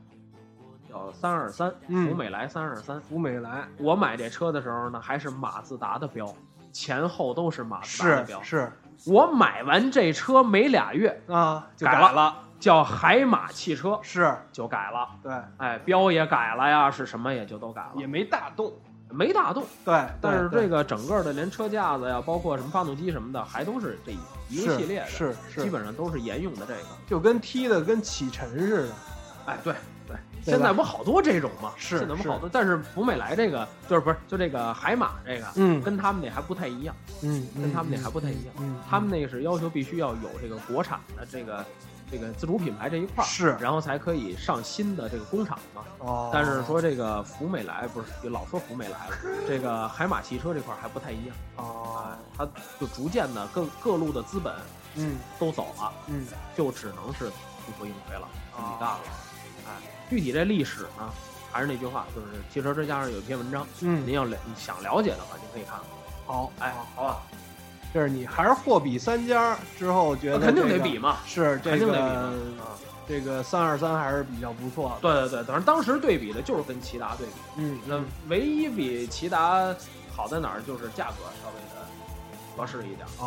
B: 叫三二三，
A: 嗯
B: 福美来三二三。
A: 福美来
B: 我买这车的时候呢，还是马自达的标，前后都是马自达啊
A: 是
B: 的标。
A: 是
B: 我买完这车没俩月，
A: 啊，就
B: 改
A: 改
B: 了
A: 了，
B: 叫海马汽车
A: 是
B: 就改了。
A: 对，
B: 哎，标也改了呀，是什么也就都改了，
A: 也没大动，
B: 没大动。
A: 对，
B: 但是这
A: 个
B: 个整个的连车架子呀，包括什么发动机什么的，还都是这一个系列的，
A: 是是，
B: 基本上都是沿用的这个。
A: 就跟踢的跟启辰似的，
B: 哎，对
A: 对
B: 对，
A: 吧
B: 现在不好多这种嘛，
A: 是
B: 现在不好多。但是福美来这个就是不是就这个海马这个，
A: 嗯
B: 跟他们那还不太一样，
A: 嗯，
B: 跟他们那还不太一样。
A: 嗯，
B: 他们那是要求必须要有这个国产的这个这个自主品牌这一块儿，
A: 是
B: 然后才可以上新的这个工厂嘛。
A: 哦，
B: 但是说这个福美来不是老说福美 来了，这个海马汽车这块儿还不太一样，
A: 哦，
B: 它就逐渐的各各路的资本
A: 嗯
B: 都走了，
A: 嗯，
B: 就只能是自负盈亏了，自己干
A: 啊
B: 了。哎，具体这历史呢，还是那句话，就是汽车之家上有一篇文章，您
A: 嗯，
B: 要了想了解的话，您可以看看。
A: 好，啊
B: 哎，好吧，
A: 这是你还是货比三家之后觉得
B: 啊肯定
A: 这
B: 得
A: 个
B: 比嘛，
A: 是这
B: 肯定得比
A: 个嗯
B: 嘛。啊
A: 这个三二三还是比较不错的，
B: 对对对，反正当时对比的就是跟骐达对比，
A: 嗯
B: 那唯一比骐达好在哪儿，就是价格稍微的合适一点。哎，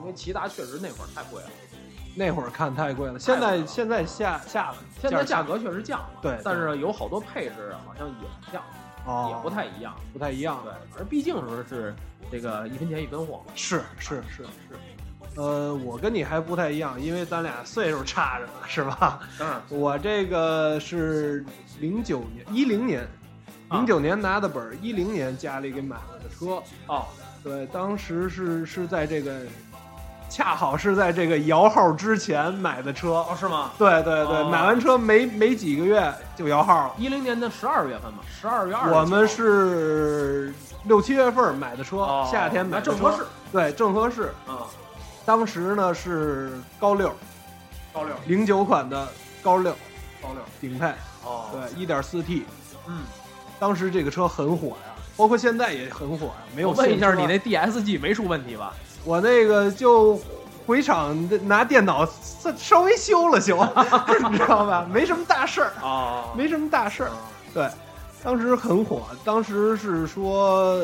B: 因为
A: 哦，
B: 骐达确实那会儿太贵了，
A: 那会儿看太贵了，现在
B: 了
A: 现在下下了，
B: 现在价格确实降了，
A: 对对
B: 但是有好多配置好像也降，
A: 哦
B: 也不太一样，
A: 不太一样
B: 对，而毕竟说是这个一分钱一分货嘛，
A: 是是是是，呃，我跟你还不太一样，因为咱俩岁数差着呢，是吧？
B: 当然
A: 我这个是零九年，一零年，
B: 啊
A: 零九年拿的本儿，一零年家里给买了个车，
B: 哦，
A: 对，当时是是在这个，恰好是在这个摇号之前买的车，
B: 哦是吗？
A: 对对对，
B: 哦
A: 买完车没没几个月就摇号了。
B: 一零年的十二月份嘛，十二月二，
A: 我们是六七月份买的车，
B: 哦
A: 夏天买
B: 那
A: 的车，
B: 正合适，
A: 对，正合适。
B: 啊，
A: 当时呢是高六，
B: 高六
A: 零九款的高六
B: 高六，
A: 顶配，
B: 哦，，
A: 对，一点四 T。
B: 嗯，
A: 当时这个车很火呀，包括现在也很火呀。没有
B: 我问一下，
A: 现车
B: 你那 DSG 没出问题吧？
A: 我那个就回厂拿电脑稍稍微修了修， 你知道 吧？没什么大事儿，
B: 哦
A: 没什么大事儿。对，当时很火，当时是说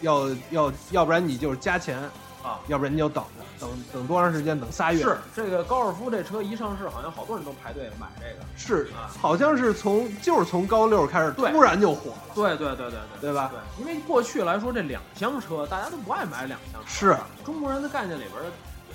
A: 要要，要不然你就是加钱
B: 啊
A: 要不然你就等着，等等多长时间？等仨月。
B: 是这个高尔夫这车一上市，好像好多人都排队买这个。
A: 是
B: 啊，
A: 好像是从就是从高六开始
B: 对
A: 突然就火了，
B: 对对对对对，啊
A: 对吧？
B: 对，因为过去来说，这两厢车大家都不爱买两厢车。
A: 是，
B: 中国人的概念里边儿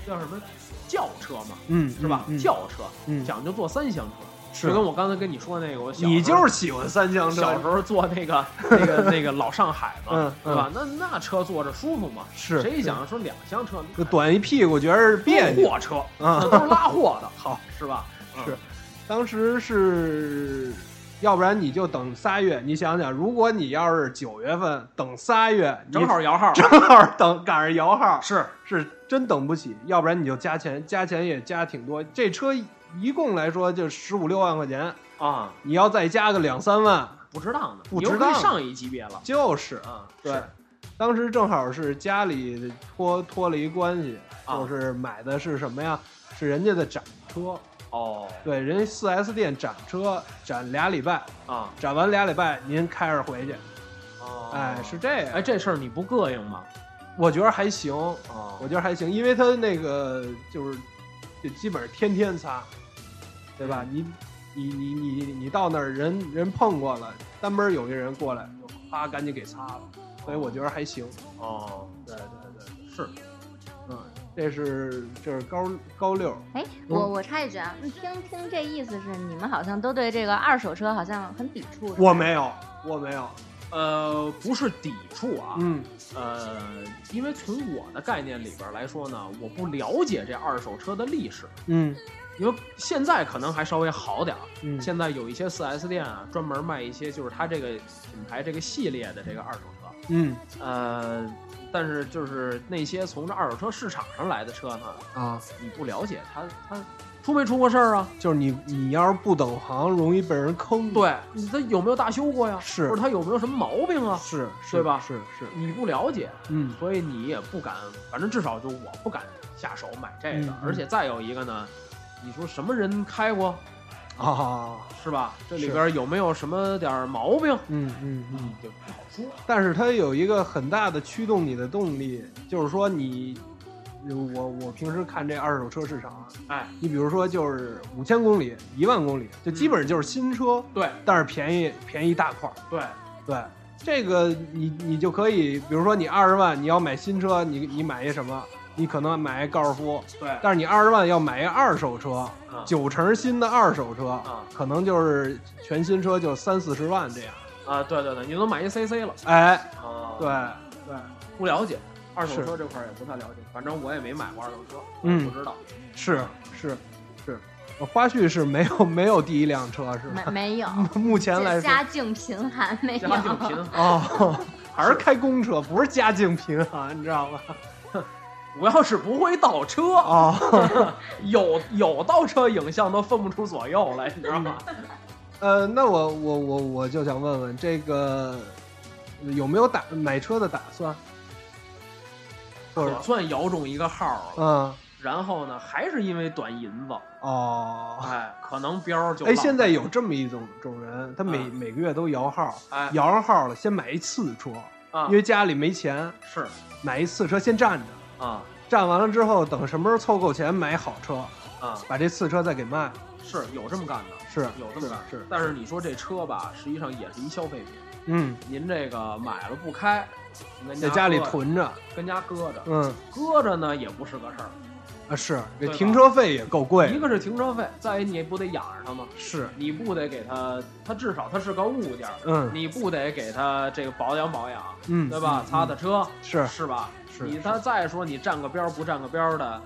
B: 叫什么轿车嘛，
A: 嗯，
B: 是吧？
A: 嗯
B: 轿车
A: 嗯
B: 讲究坐三厢车，
A: 是
B: 就跟我刚才跟你说那个，我小时候
A: 你就是喜欢三厢车，
B: 小时候坐 那个那个那个老上海嘛，
A: 嗯
B: 对吧？那那车坐着舒服嘛。
A: 是
B: 谁想说两厢车
A: 就短一屁股，觉着别
B: 都是
A: 扭
B: 货车，
A: 啊
B: 那。都是拉货的，
A: 好，
B: 是吧？嗯
A: 是当时是，要不然你就等仨月。你想想，如果你要是九月份等仨月，你
B: 正好摇号，
A: 正好等 赶上摇号，
B: 是
A: 是真等不起。要不然你就加钱，加钱也加挺多。这车一共来说就十五六万块钱，
B: 啊，
A: 你要再加个两三万，
B: 不值当的，
A: 不
B: 你又
A: 值当
B: 跟上一级别了
A: 就是
B: 啊，
A: 对
B: 是，
A: 当时正好是家里托托了一关系，
B: 啊
A: 就是买的是什么呀？是人家的展车，
B: 哦
A: 对，人家四 S 店展车展俩礼拜，
B: 啊
A: 展完俩礼拜您开着回去，
B: 哦，
A: 哎，是这样，哦
B: 哎，这事儿你不膈应吗？
A: 我觉得还行，
B: 啊
A: 我觉得还行，因为他那个就是，就基本上天天擦，对吧？你你你你你到那儿人人碰过了，单门儿有一人过来，就啪赶紧给擦了，所以我觉得还行。
B: 哦，
A: 对对对，
B: 是
A: 嗯，这是这是高高六，
C: 哎，我我插一句啊，听听这意思是你们好像都对这个二手车好像很抵触。
A: 我没有，我没有，
B: 呃，不是抵触啊，
A: 嗯
B: 呃，因为从我的概念里边来说呢，我不了解这二手车的历史，
A: 嗯
B: 因为现在可能还稍微好点儿。
A: 嗯，
B: 现在有一些 4S 店啊，专门卖一些就是它这个品牌这个系列的这个二手车，
A: 嗯
B: 呃，但是就是那些从这二手车市场上来的车呢，
A: 啊，
B: 你不了解它它出没出过事儿啊？
A: 就是你你要是不等行，容易被人坑。，
B: 对，你它有没有大修过呀？
A: 是
B: 或者它有没有什么毛病啊？
A: 是是
B: 对吧
A: 是是，
B: 你不了解，
A: 嗯
B: 所以你也不敢，反正至少就我不敢下手买这个。
A: 嗯嗯
B: 而且再有一个呢，你说什么人开过
A: 啊，
B: 是吧？这里
A: 是
B: 边有没有什么点儿毛病？
A: 嗯嗯嗯。
B: 嗯，就不好说。
A: 但是它有一个很大的驱动你的动力，就是说你，我我平时看这二手车市场啊，
B: 哎，
A: 你比如说就是五千公里、一万公里，就基本上就是新车，
B: 对
A: 但是便宜便宜一大块儿。
B: 对，
A: 对，这个你你就可以，比如说你二十万你要买新车，你你买一什么？你可能买一高尔夫，
B: 对
A: 但是你二十万要买一二手车，
B: 啊
A: 九成新的二手车，
B: 啊
A: 可能就是全新车就三四十万这样。
B: 啊，对对对，你都买一 CC 了
A: 哎，
B: 啊？
A: 对，对，
B: 不了解，二手
A: 是
B: 车这块儿也不太了解，反正我也没买过二手车，我也
A: 嗯
B: 不知道。
A: 是是是，呃花絮是没有没有第一辆车是
C: 没
A: 吧？
C: 没有，
A: 目前来
C: 这
A: 说
C: 家境贫寒没有
B: 家。境贫啊寒，
A: 哦， 还是开公车，不是家境贫寒，啊你知道吗？
B: 我要是不会倒车，
A: 哦，
B: 有有倒车影像都分不出左右来，你知道吗？
A: 呃，那我我我我就想问问这个有没有打买车的打算？或
B: 我
A: 者
B: 算摇中一个号儿了，
A: 嗯
B: 然后呢，还是因为短银子，
A: 哦，
B: 哎，可能标儿就
A: 哎，
B: 落
A: 现在有这么一种种人，他每、
B: 啊
A: 每个月都摇号，
B: 哎
A: 摇上号了，先买一次车，
B: 啊
A: 因为家里没钱，
B: 是
A: 买一次车先占着。
B: 啊
A: 占完了之后，等什么时候凑够钱买好车，
B: 啊
A: 把这次车再给卖了。
B: 是有这么干的，
A: 是
B: 有这么干
A: 是是
B: 但是你说这车吧，实际上也是一消费品，
A: 嗯，
B: 您这个买了不开，您
A: 在
B: 跟
A: 家里
B: 搁着，
A: 囤着，
B: 跟家搁着，
A: 嗯
B: 搁着呢也不是个事儿，
A: 啊是，这
B: 对吧
A: 停车费也够贵
B: 一，个是停车费，再一你不得养着它吗？
A: 是，
B: 你不得给它，它至少它是个物件儿，
A: 嗯
B: 你不得给它这个保养保养，
A: 嗯，
B: 对吧？擦擦车，
A: 是
B: 是吧？
A: 是
B: 你他再说你占个标不占个标的，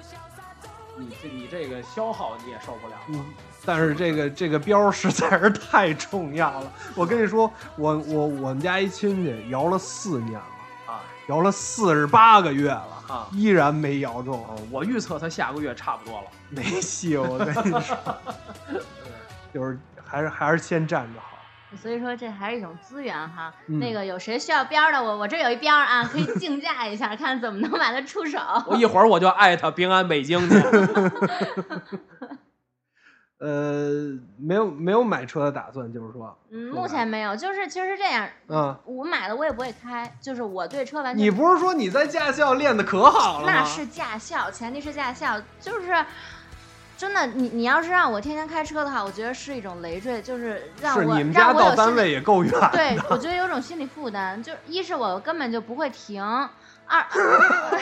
B: 你这你这个消耗你也受不了。
A: 嗯，但是这个这个标实在是太重要了。我跟你说，我我我们家一亲戚摇了四年了，
B: 啊
A: 摇了四十八个月了，
B: 啊
A: 依然没摇中，
B: 我预测他下个月差不多了。
A: 没戏。我跟你说， 就是还是还是先站着好。
C: 所以说这还是一种资源哈。
A: 嗯
C: 那个有谁需要标儿的，我我这有一标儿啊，可以竞价一下， 看怎么能把它出手。
A: 啊
B: 我一会儿我就艾特平安北京去。
A: 呃，没有没有买车的打算，就是说，
C: 嗯，目前没有，就是其实是这样，
A: 嗯，
C: 我买了我也不会开，就是我对车完全
A: 你不是说你在驾校练的可好了吗？
C: 那是驾校，前提是驾校，就是真的，你你要是让我天天开车的话，我觉得是一种累赘，就是让
A: 是
C: 我
A: 你们家
C: 让我
A: 到
C: 有心
A: 单
C: 理
A: 位也够远。
C: 对，我觉得有种心理负担，就是一是我根本就不会停，二
A: 嗯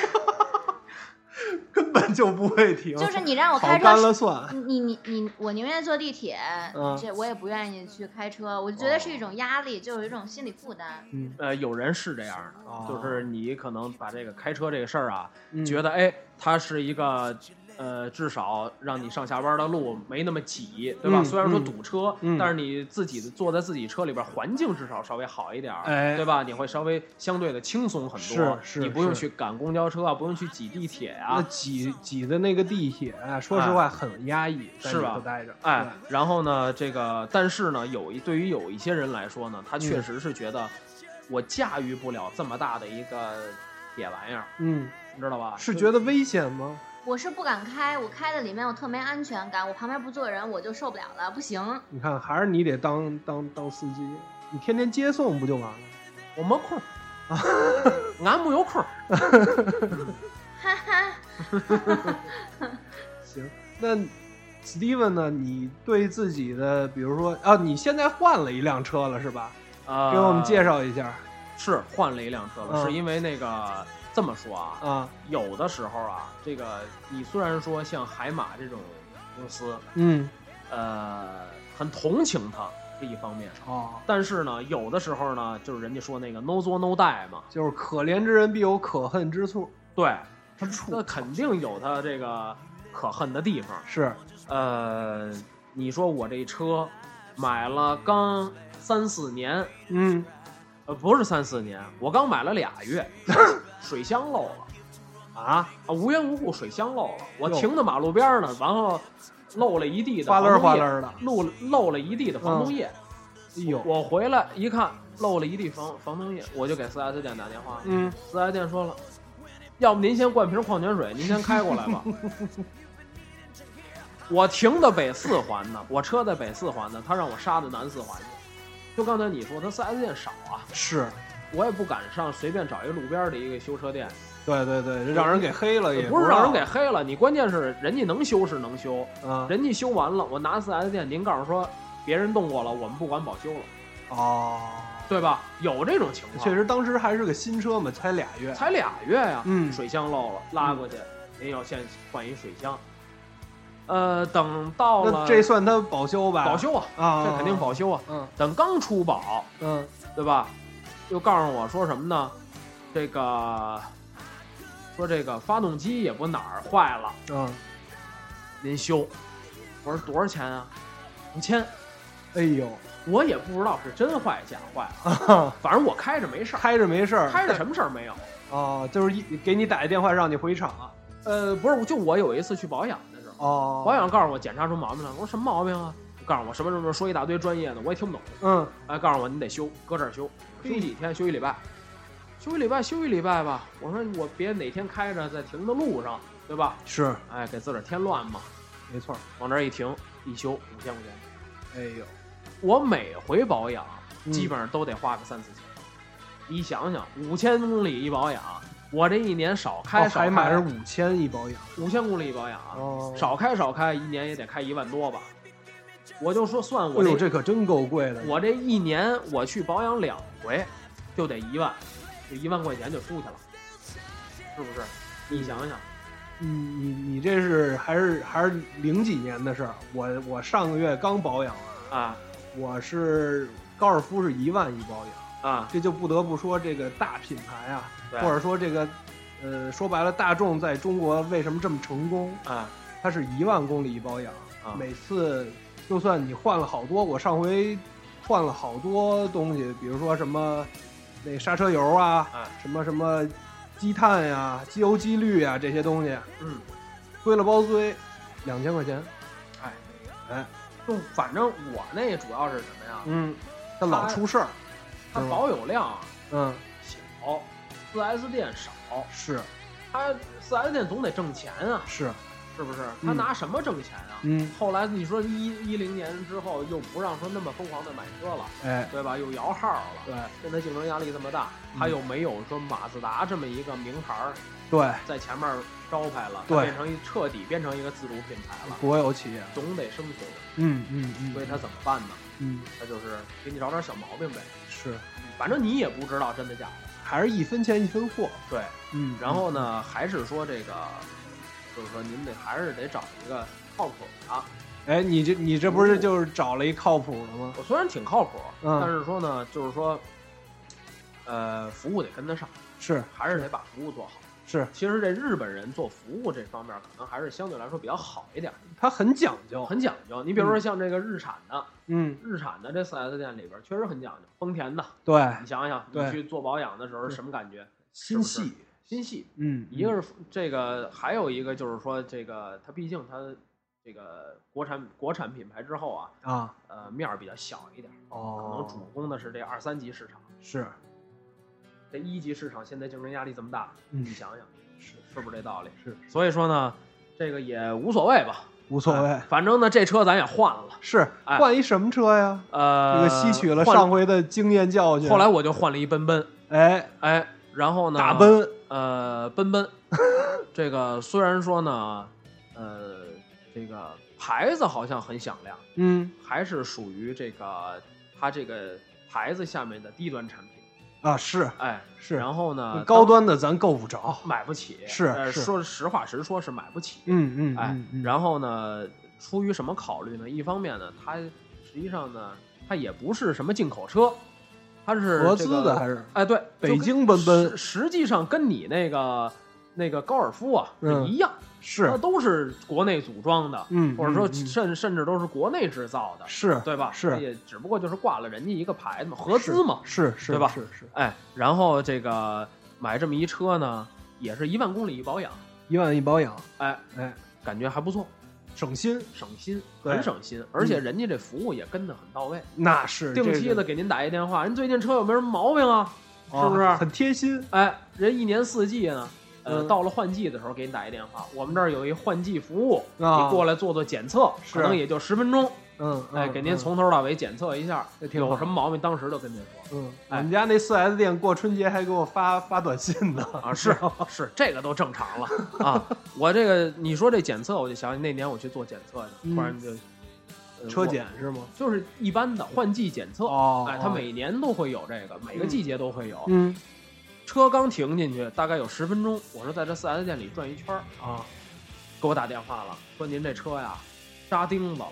A: 根本就不会停，
C: 就是你让我
A: 好
C: 开车
A: 干
C: 是
A: 了算。
C: 你你你，我宁愿坐地铁，
A: 嗯
C: 这我也不愿意去开车，我就觉得是一种压力，就有一种心理负担。
B: 呃，有人是这样的，
A: 哦
B: 就是你可能把这个开车这个事儿啊，
A: 嗯
B: 觉得哎，它是一个。呃，至少让你上下班的路没那么挤，对吧？
A: 嗯
B: 虽然说
A: 嗯
B: 堵车，
A: 嗯
B: 但是你自己坐在自己车里边，环境至少稍微好一点儿，
A: 哎
B: 对吧？你会稍微相对的轻松很多，
A: 是是
B: 你不用
A: 是
B: 去赶公交车啊，不用去挤地铁
A: 那
B: 啊，
A: 挤挤的那个地铁啊，说实话很压抑，在
B: 是
A: 里
B: 吧
A: 头待着，
B: 哎，然后呢，这个但是呢，有一对于有一些人来说呢，他
A: 嗯
B: 确实是觉得我驾驭不了这么大的一个野玩意儿，
A: 对，嗯，
B: 你知道吧？
A: 是
B: 就
A: 觉得危险吗？
C: 我是不敢开，我开在里面我特没安全感，我旁边不坐人我就受不了了，不行。
A: 你看，还是你得当当当司机，你天天接送不就完了？
B: 我没 空，俺没有空。
C: 哈哈，
A: 行，那 Steven 呢？你对自己的，比如说啊，你现在换了一辆车了是吧？
B: 啊，
A: 给我们介绍一下
B: 是换了一辆车了，
A: 嗯
B: 是因为那个这么说啊，
A: 啊。
B: 有的时候啊，这个你虽然说像海马这种公司，
A: 嗯，
B: 呃，很同情他是一方面，
A: 哦，
B: 但是呢，有的时候呢，就是人家说那个 no 作 no die 嘛，
A: 就是可怜之人必有可恨之处，
B: 对，他那肯定有他这个可恨的地方。
A: 是
B: 呃，你说我这车买了刚三四年，
A: 嗯，
B: 呃，不是三四年，我刚买了俩月，水箱漏了。
A: 啊，
B: 啊，无缘无故水箱漏了，我
A: 哟
B: 停在马路边儿呢，然后漏了一地的
A: 哗楞
B: 防
A: 哗
B: 冻液
A: 楞的，
B: 漏了漏了一地的防冻液。
A: 哎呦，
B: 我回来一看，漏了一地防防冻液，我就给四 S 店打电话。
A: 嗯，
B: 四 S 店说了，要不您先灌瓶矿泉水，您先开过来吧。我停的北四环呢，我车在北四环呢，他让我杀到南四环去。就刚才你说，他四 S 店少啊，
A: 是
B: 我也不敢上随便找一路边儿的一个修车店。
A: 对对对，让人给黑了也
B: 呃不是让人给
A: 知
B: 黑了，你关键是人家能修是能修，
A: 道啊，
B: 人家修完了，我拿四 S 店，您告诉说别人动过了，我们不管保修了，
A: 哦，
B: 对吧？有这种情况，
A: 确实当时还是个新车嘛，才俩月，
B: 才俩月呀、
A: 嗯
B: 水箱漏了，拉过去，您要先换一水箱。呃，等到
A: 那
B: 了
A: 这算他保修吧？
B: 保修啊，
A: 啊，
B: 这肯定，保修啊。
A: 嗯
B: 等刚出保，
A: 嗯，
B: 对吧？又告诉我说什么呢？这个说这个发动机也不哪儿坏了。
A: 嗯，
B: 您修。我说多少钱啊？五千。
A: 哎呦，
B: 我也不知道是真坏假坏啊，
A: 啊
B: 反正我开着没事儿，
A: 开着没事儿，
B: 开着什么事儿没有。
A: 哦，就是一给你打一电话让你回厂啊，
B: 呃，不是，就我有一次去保养的时候，
A: 哦，
B: 保养告诉我检查出毛病了，我说什么毛病啊？告诉我什么什么什么，说一大堆专业的，我也听不懂。
A: 嗯，
B: 哎，告诉我你得修，搁这儿修，修几天？修一礼拜，修一礼拜，修一礼拜吧。我说我别哪天开着在停的路上，对吧？
A: 是
B: 哎，给自个儿添乱嘛。
A: 没错儿，
B: 往那儿一停，一修五千块钱。
A: 哎呦，
B: 我每回保养
A: 嗯
B: 基本上都得花个三四千。你想想，五千公里一保养，我这一年少开
A: 哦
B: 少
A: 还买是
B: 开
A: 五千一保养，
B: 五千公里一保养啊，
A: 哦，
B: 少开少开，一年也得开一万多吧。我就说算我
A: 哎呦，
B: 这
A: 这可真够贵的，
B: 我这一年我去保养两回，就得一万，这一万块钱就出去了，是不是？你想想，
A: 你你你这是还是还是零几年的事儿？我我上个月刚保养完，
B: 啊
A: 我是高尔夫是一万一保养，
B: 啊，
A: 这就不得不说这个大品牌啊，
B: 对
A: 或者说这个，呃，说白了，大众在中国为什么这么成功？
B: 啊
A: 它是一万公里一保养，
B: 啊
A: 每次就算你换了好多，我上回换了好多东西，比如说什么那刹车油啊，
B: 啊
A: 什么什么积碳呀、机油机滤啊这些东西，
B: 嗯，
A: 归了包堆，两千块钱，
B: 哎
A: 哎，
B: 就反正我那主要是什么呀？
A: 嗯，它老出事儿，
B: 它保有量啊
A: 嗯，
B: 小，四 S 店少，
A: 是
B: 他四 S 店总得挣钱啊，
A: 是，
B: 是不是？
A: 嗯
B: 他拿什么挣钱啊？
A: 嗯，
B: 后来你说一一零年之后又不让说那么疯狂的买车了，
A: 哎，
B: 对吧？又摇号了，
A: 对嗯
B: 现在竞争压力这么大，他又没有说马自达这么一个名牌儿
A: 对，
B: 在前面招牌了，
A: 对
B: 它变成一彻底变成一个自主品牌了，
A: 国有企业，
B: 总得生存，
A: 嗯嗯嗯，
B: 所以他怎么办呢？
A: 嗯
B: 他就是给你找点小毛病呗，
A: 是，
B: 反正你也不知道真的假的，
A: 还是一分钱一分货，
B: 对。
A: 嗯，
B: 然后呢，还是说这个，就是说您得还是得找一个靠谱的、啊。
A: 哎，你这你这不是就是找了一靠谱的吗？
B: 我虽然挺靠谱，
A: 嗯
B: 但是说呢，就是说，呃，服务得跟得上，
A: 是
B: 还是得把服务做好。
A: 是，
B: 其实这日本人做服务这方面，可能还是相对来说比较好一点，
A: 它很讲究，
B: 很讲究。你比如说像这个日产的，
A: 嗯，
B: 日产的这 4S 店里边确实很讲究，丰田的，
A: 对，
B: 你想想，
A: 对
B: 你去做保养的时候
A: 对
B: 什么感觉？
A: 心
B: 是不
A: 细，
B: 心细，
A: 嗯，
B: 一个是这个，还有一个就是说，这个它毕竟它这个国产国产品牌之后啊，
A: 啊，
B: 呃，面儿比较小一点，可能
A: 哦，
B: 主攻的是这二三级市场。
A: 是，
B: 这一级市场现在竞争压力这么大，
A: 嗯
B: 你想想，
A: 是
B: 是不是这道理？
A: 是，
B: 所以说呢，这个也无所谓吧，
A: 无所谓
B: 哎。反正呢，这车咱也换了，
A: 是
B: 哎
A: 换一什么车呀？这
B: 呃，
A: 个吸取了
B: 换
A: 上回的经验教训。
B: 后来我就换了一奔奔，
A: 哎，
B: 哎，然后呢，
A: 大，奔
B: 呃，奔奔，这个虽然说呢，呃，这个牌子好像很响亮，
A: 嗯
B: 还是属于这个它这个牌子下面的低端产品，
A: 啊是
B: 哎，
A: 是
B: 然后啊呢，
A: 高
B: 当
A: 端的咱够不着。
B: 买不起，
A: 是
B: 呃
A: 是
B: 说实话实说，是买不起，
A: 嗯嗯
B: 哎
A: 嗯，嗯
B: 然后呢，出于什么考虑呢？一方面呢，它实际上呢，它也不是什么进口车，它是
A: 合
B: 这
A: 资
B: 个
A: 的还是
B: 哎，对，就
A: 北
B: 跟
A: 京奔奔
B: 实实际上跟你那个那个高尔夫啊
A: 嗯
B: 是一样，
A: 是
B: 它都是国内组装的，
A: 嗯
B: 或者说
A: 嗯嗯
B: 甚甚至都是国内制造的，
A: 是
B: 对吧？
A: 是
B: 也只不过就是挂了人家一个牌子嘛，合资嘛，
A: 是是
B: 对吧
A: 是是
B: 哎，然后这个买这么一车呢，也是一万公里一保养，
A: 一万一保养，
B: 哎，
A: 哎，
B: 感觉还不错。
A: 省心
B: 省心，
A: 对
B: 很省心，而且人家这服务也跟得很到位，
A: 那是
B: 定
A: 这
B: 期
A: 个
B: 的给您打一电话，人最近车有没有什么毛病啊？
A: 啊
B: 是不是
A: 很贴心？
B: 哎，人一年四季呢，呃，
A: 嗯
B: 到了换季的时候给你打一电话，我们这儿有一换季服务，
A: 啊
B: 你过来做做检测，
A: 是
B: 可能也就十分钟，
A: 嗯，
B: 哎，
A: 嗯
B: 给您
A: 嗯
B: 从头到尾检测一下，
A: 这挺好
B: 有什么毛病当时就跟您说。
A: 嗯，我
B: 哎
A: 们家那四 S 店过春节还给我发发短信呢。
B: 啊， 是 是，这个都正常了啊。我这个你说这检测，我就想起那年我去做检测去，
A: 嗯
B: 突然就、呃
A: 车检是吗？
B: 我就是一般的换季检测，
A: 哦
B: 哎，它每年都会有这个，每个季节都会有。
A: 嗯
B: 车刚停进去，大概有十分钟，我说在这四 S 店里转一圈儿，
A: 啊
B: 给我打电话了，说您这车呀扎钉子了，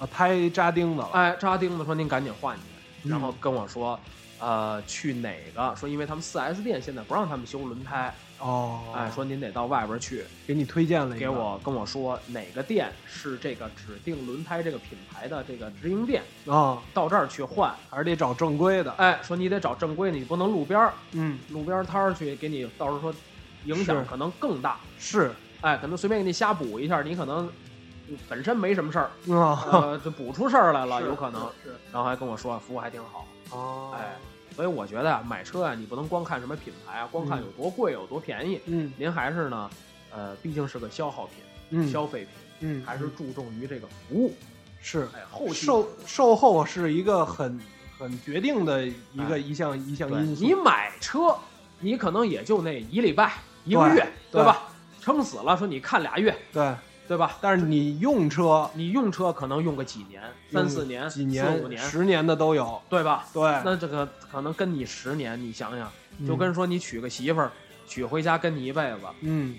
A: 啊，胎扎钉子了。
B: 哎，扎钉子，说您赶紧换去，
A: 嗯
B: 然后跟我说，呃，去哪个？说因为他们四 S 店现在不让他们修轮胎，
A: 哦，
B: 哎，说您得到外边去，
A: 给你推荐了一个，
B: 给我跟我说哪个店是这个指定轮胎这个品牌的这个直营店，
A: 啊，
B: 到这儿去换。
A: 还是得找正规的。
B: 哎，说你得找正规的，你不能路边儿
A: 嗯，
B: 路边摊儿去给你，到时候说影响
A: 是
B: 可能更大。
A: 是
B: 哎，可能随便给你瞎补一下，你可能本身没什么事儿，
A: 啊，
B: 呃，就补出事儿来 了，
A: 是
B: 有可能。
A: 是
B: 然后还跟我说服务还挺好，
A: 哦，
B: 哎，，所以我觉得啊，买车啊，你不能光看什么品牌啊，光看
A: 嗯
B: 有多贵有多便宜，
A: 嗯
B: 您还是呢，呃，毕竟是个消耗品、
A: 嗯，
B: 消费品，
A: 嗯
B: 还是注重于这个服务。
A: 是
B: 哎，后期
A: 售售后是一个很很决定的一个
B: 哎
A: 一项一项
B: 对
A: 因素。
B: 你买车，你可能也就那一礼拜一个
A: 对
B: 月，
A: 对
B: 吧？撑死了说你看俩月，
A: 对，
B: 对吧？
A: 但是你用车
B: 你用车可能用个几年，三四年、
A: 几
B: 四五
A: 年、
B: 年，
A: 十年的都有。
B: 对吧？
A: 对，
B: 那这个可能跟你十年，你想想，就跟说你娶个媳妇儿，娶回家跟你一辈子，
A: 嗯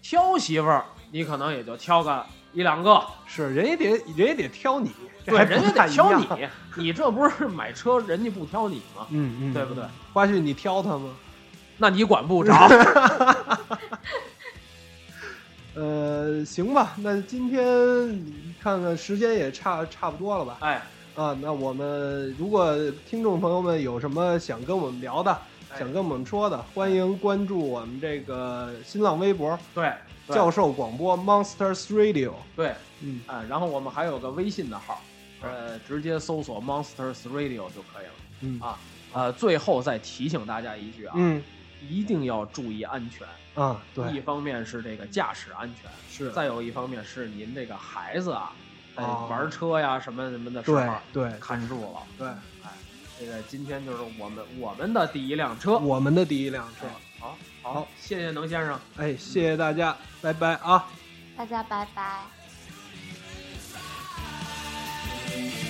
B: 挑媳妇儿你可能也就挑个一两个，
A: 是人也得人也得挑你，这
B: 对，
A: 还不
B: 人家
A: 太一
B: 得挑
A: 样。
B: 你，你这不是买车人家不挑你吗？
A: 嗯嗯，
B: 对不对？
A: 花絮，你挑他吗？
B: 那你管不着。
A: 嗯呃，行吧，那今天看看时间也差差不多了吧？
B: 哎，
A: 啊，那我们如果听众朋友们有什么想跟我们聊的，
B: 哎
A: 想跟我们说的，欢迎关注我们这个新浪微博
B: 对，
A: “
B: 对
A: 教授广播 Monsters Radio”。
B: 对，
A: 嗯，
B: 啊，然后我们还有个微信的号，呃，直接搜索 Monsters Radio 就可以了。
A: 嗯
B: 啊，呃，最后再提醒大家一句啊，
A: 嗯
B: 一定要注意安全。
A: 啊，
B: 一
A: 对，
B: 方面是这个驾驶安全，
A: 是，
B: 再有一方面是您这个孩子啊，在
A: 哦
B: 玩车呀什么什么的时
A: 对
B: 候
A: 对
B: 看住了。
A: 对，
B: 这个今天就是我们我们的第一辆车。
A: 我们的第一辆车。
B: 好，
A: 好
B: 好，谢谢能先生。
A: 哎，谢谢大家，拜拜啊。
C: 大家拜拜。
D: 「